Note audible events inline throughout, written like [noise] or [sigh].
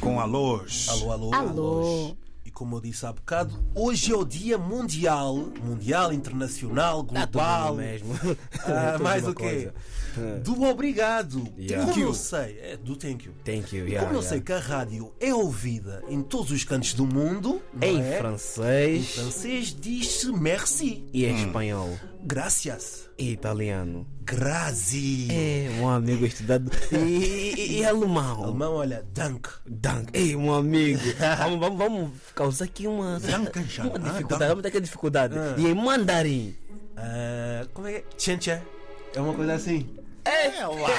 Com alôs. Alô, alô, Alô. E como eu disse há bocado, hoje é o dia mundial, mundial, internacional, global. Tá mesmo. [laughs] Ah, Tudo mais uma o quê? coisa. Do obrigado. Yeah. Como Thank eu you. sei, é, do thank you. Thank you. E yeah, como eu yeah. sei que a rádio é ouvida em todos os cantos do mundo, não Em é? Em francês francês Hum. diz-se merci, e em espanhol gracias, e italiano. grazie. É, um amigo estudado. E, e- e alemão. Alemão, olha, dank. Dank. Ei, [laughs] um amigo. vamos, vamos, vamos causar aqui uma, Danke, já. uma Ah, dificuldade. danke. vamos ter aqui dificuldade. Ah. E em mandarim. Ah, como é que é? Tchancha. É uma coisa assim. É lá.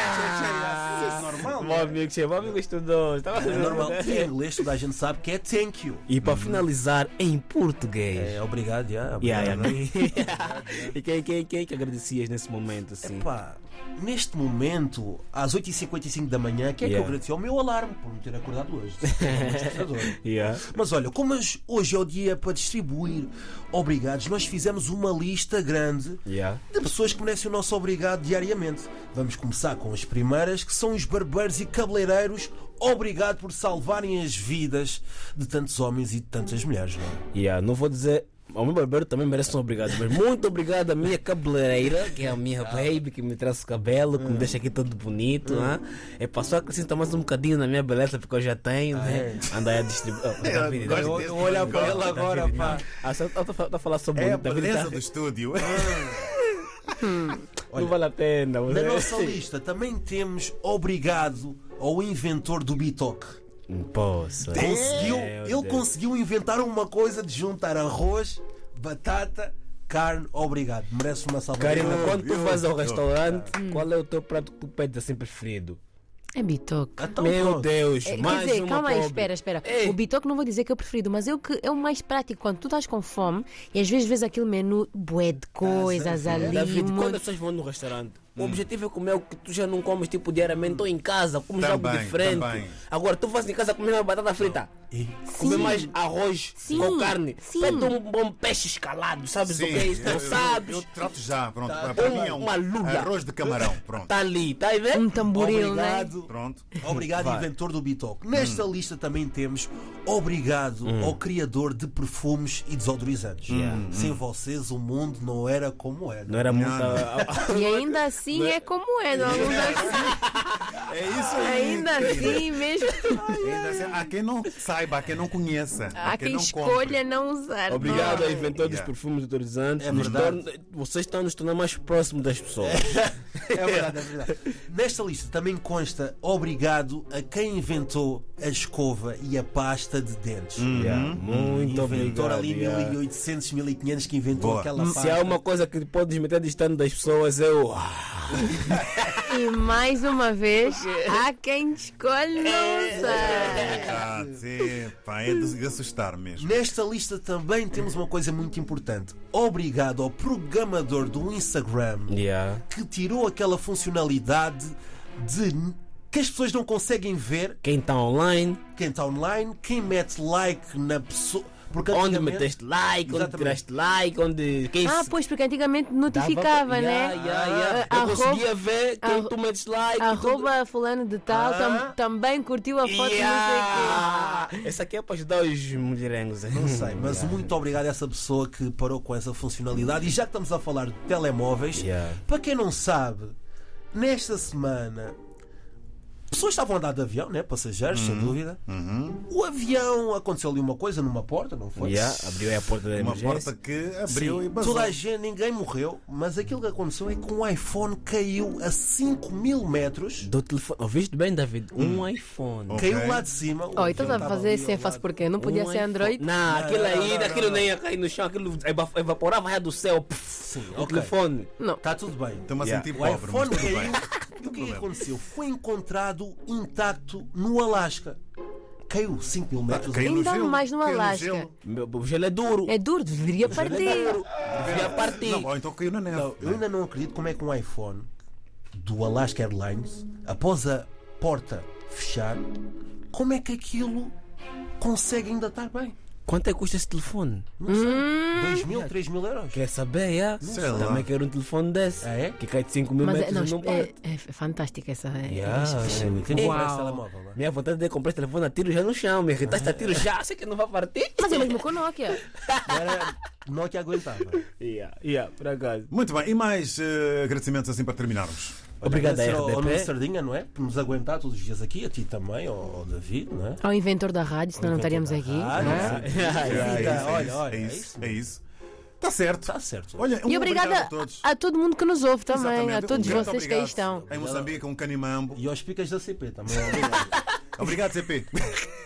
é Normal. Meu amigo, chegou, meu amigo estudou. Estava Ah, né? É normal. Em inglês toda a gente sabe que é thank you. [laughs] E para finalizar, em português. É, obrigado, já. Yeah, yeah. obrigado. [laughs] e quem, quem, quem é que agradecias nesse momento assim? Epá, neste momento, às 8h55 da manhã, quem é que eu Yeah. agradeço ao meu alarme por me ter acordado hoje? É um [laughs] despertador. Yeah. Mas olha, como hoje- hoje é o dia para distribuir obrigados, nós fizemos uma lista grande Yeah. de pessoas que merecem o nosso obrigado diariamente. Vamos começar com as primeiras, que são os barbeiros e cabeleireiros. Obrigado por salvarem as vidas de tantos homens e de tantas mulheres, não é? Yeah, ah, não vou dizer. O meu barbeiro também merece um obrigado, mas muito obrigado à minha cabeleireira, que é a minha baby, que me traz o cabelo, que me deixa aqui todo bonito. né? É para só acrescentar mais um bocadinho na minha beleza, porque eu já tenho, né? Andar a distribuir. Oh, tá vindo, tá vindo. gosto Eu olho para ela agora, pá. Ah, só- eu estou a falar sobre É a bonito, tá vindo, tá- beleza do estúdio. Não vale a pena. Na você- nossa lista também temos obrigado ao inventor do Bitoque. Não posso. Conseguiu, É, Meu ele Deus. conseguiu inventar uma coisa de juntar arroz, batata, carne. Obrigado, merece uma salva. Karina, Eu- quando tu eu- vais ao eu- restaurante, Hum. qual é o teu prato que tu pedes assim preferido? É bitoque. Então Meu pronto. Deus, É, Quer Ah, mais dizer, uma calma aí, pobre. espera, espera. Ei. O bitoque não vou dizer que é o preferido, mas é o que é o mais prático quando tu estás com fome e às vezes vês aquele menu bué Ah, de coisas ali. um David, muito- quando as pessoas vão no restaurante, o objetivo é comer o que tu já não comes tipo diariamente ou em casa, comes algo Também, diferente. também. Agora tu vais em casa comer uma batata frita. Comer mais arroz Sim, com carne. sim. Pede um bom peixe escalado, sabes o que é isso? eu- Não eu- sabes? Eu trato já, pronto. Para mim é um Uma lula. arroz de camarão. Pronto. Tá ali, tá aí vendo? Um tamboril, né? Obrigado. Pronto. Obrigado, Vai. Hum. inventor do Bitoque. Nesta lista também temos obrigado ao criador de perfumes e desodorizantes. Hum. Sem vocês, o mundo não era como era. Não era muito. E ainda assim é como é, não? [laughs] É isso aí. ainda assim mesmo. Ainda assim, Há quem não saiba, há quem não conheça. Há quem escolha né? não usar. Obrigado Ah, a inventor dos yeah. perfumes autorizantes. É Nos verdade. torna- Vocês estão nos tornando mais próximos das pessoas. É verdade, é verdade. Nesta lista também consta obrigado a quem inventou a escova e a pasta de dentes. Yeah, Muito É. Inventor Hum, obrigado. ali yeah. 1800, 1500 que inventou Boa. aquela Se há um- pasta. uma coisa que podes meter distante das pessoas é o. E mais uma vez, há quem escolhe É, não usar. Ah, sim, pá, é de de assustar mesmo. Nesta lista também temos uma coisa muito importante. Obrigado ao programador do Instagram Yeah. que tirou aquela funcionalidade de n- que as pessoas não conseguem ver Quem está online, quem está online, quem mete like na pessoa. Porque onde antigamente- meteste like, onde Exatamente. tiraste like, onde. Quem Ah, se- pois, porque antigamente dava- notificava, Yeah, né? yeah, yeah. Ah, Eu arroba- conseguia ver quem arro- tu metes like. e tudo. Arroba fulano de tal tam- também curtiu a foto Yeah. Essa aqui é para ajudar os mulherengos. Não sei, [laughs] mas muito obrigado a essa pessoa que parou com essa funcionalidade. E já que estamos a falar de telemóveis, Yeah. para quem não sabe, nesta semana pessoas estavam a andar de avião, né? Passageiros, sem Uhum. dúvida. O avião aconteceu ali uma coisa numa porta, não foi? Yeah, Abriu aí a porta da Uma emergência. porta que abriu e basou. Toda a gente, ninguém morreu, mas aquilo que aconteceu é que um iPhone caiu a 5 mil metros, Do telefone. Ouviste bem, David? Hum. Um iPhone. Ok. caiu lá de cima. o Oh, então avião estás a estava fazer ali sem ao fácil lado. porque não podia Um ser iPhone. Android. Não, aquilo não, aí, não, aquilo nem ia cair no chão, aquilo eva- evaporava já do céu. Sim, O ok. telefone. Não. Está tudo bem. Estou-me a Yeah. sentir O Então, assim, tipo, pobre, mas iPhone tudo caiu. bem. E o que é que aconteceu? Foi encontrado intacto no Alasca. Caiu 5 mil metros. Caiu no Ainda gelo, mais no caiu Alasca. gelo. Meu, O gelo é duro. É duro, deveria partir. Devia partir. Não, ou então caiu na neve. Não, eu ainda não acredito como é que um iPhone do Alaska Airlines, após a porta fechar, como é que aquilo consegue ainda estar bem? Quanto é que custa esse telefone? Não Hum. sei. 2 mil, 3 mil euros. Quer saber, yeah? Sei lá. Também quero um telefone desse. Ah, é? Que cai de 5 mil Mas é, metros não, e não é, parte. é fantástica essa. é- Yeah, esse fechamento. tem que comprar Uau. esse telemóvel. lá. Minha vontade de comprar esse telefone a tiro já no chão. Me irritaste a tiro já. Sei que não vai partir. Mas é mesmo com Nokia. Era [laughs] Nokia aguentava. Yeah, yeah, por acaso. Muito bem, e mais eh, agradecimentos assim para terminarmos? Obrigado a Agradecer ao- Ao Nuno RDP. Sardinha, não é? Por nos aguentar todos os dias aqui, a ti também, ao, ao David, não é? Ao inventor da rádio, senão não estaríamos aqui. Ah, não é? não [laughs] sei. É Fica, isso, é olha, isso, olha, é é isso, isso. é isso. Está certo. Está Tá certo. Olha, um E obrigada obrigado a a, todos. a todo mundo que nos ouve também, Exatamente, a todos um grande vocês que aí obrigado. estão. Em Moçambique, um canimambo. é E aos picas da CP também. obrigado. Obrigado, CP.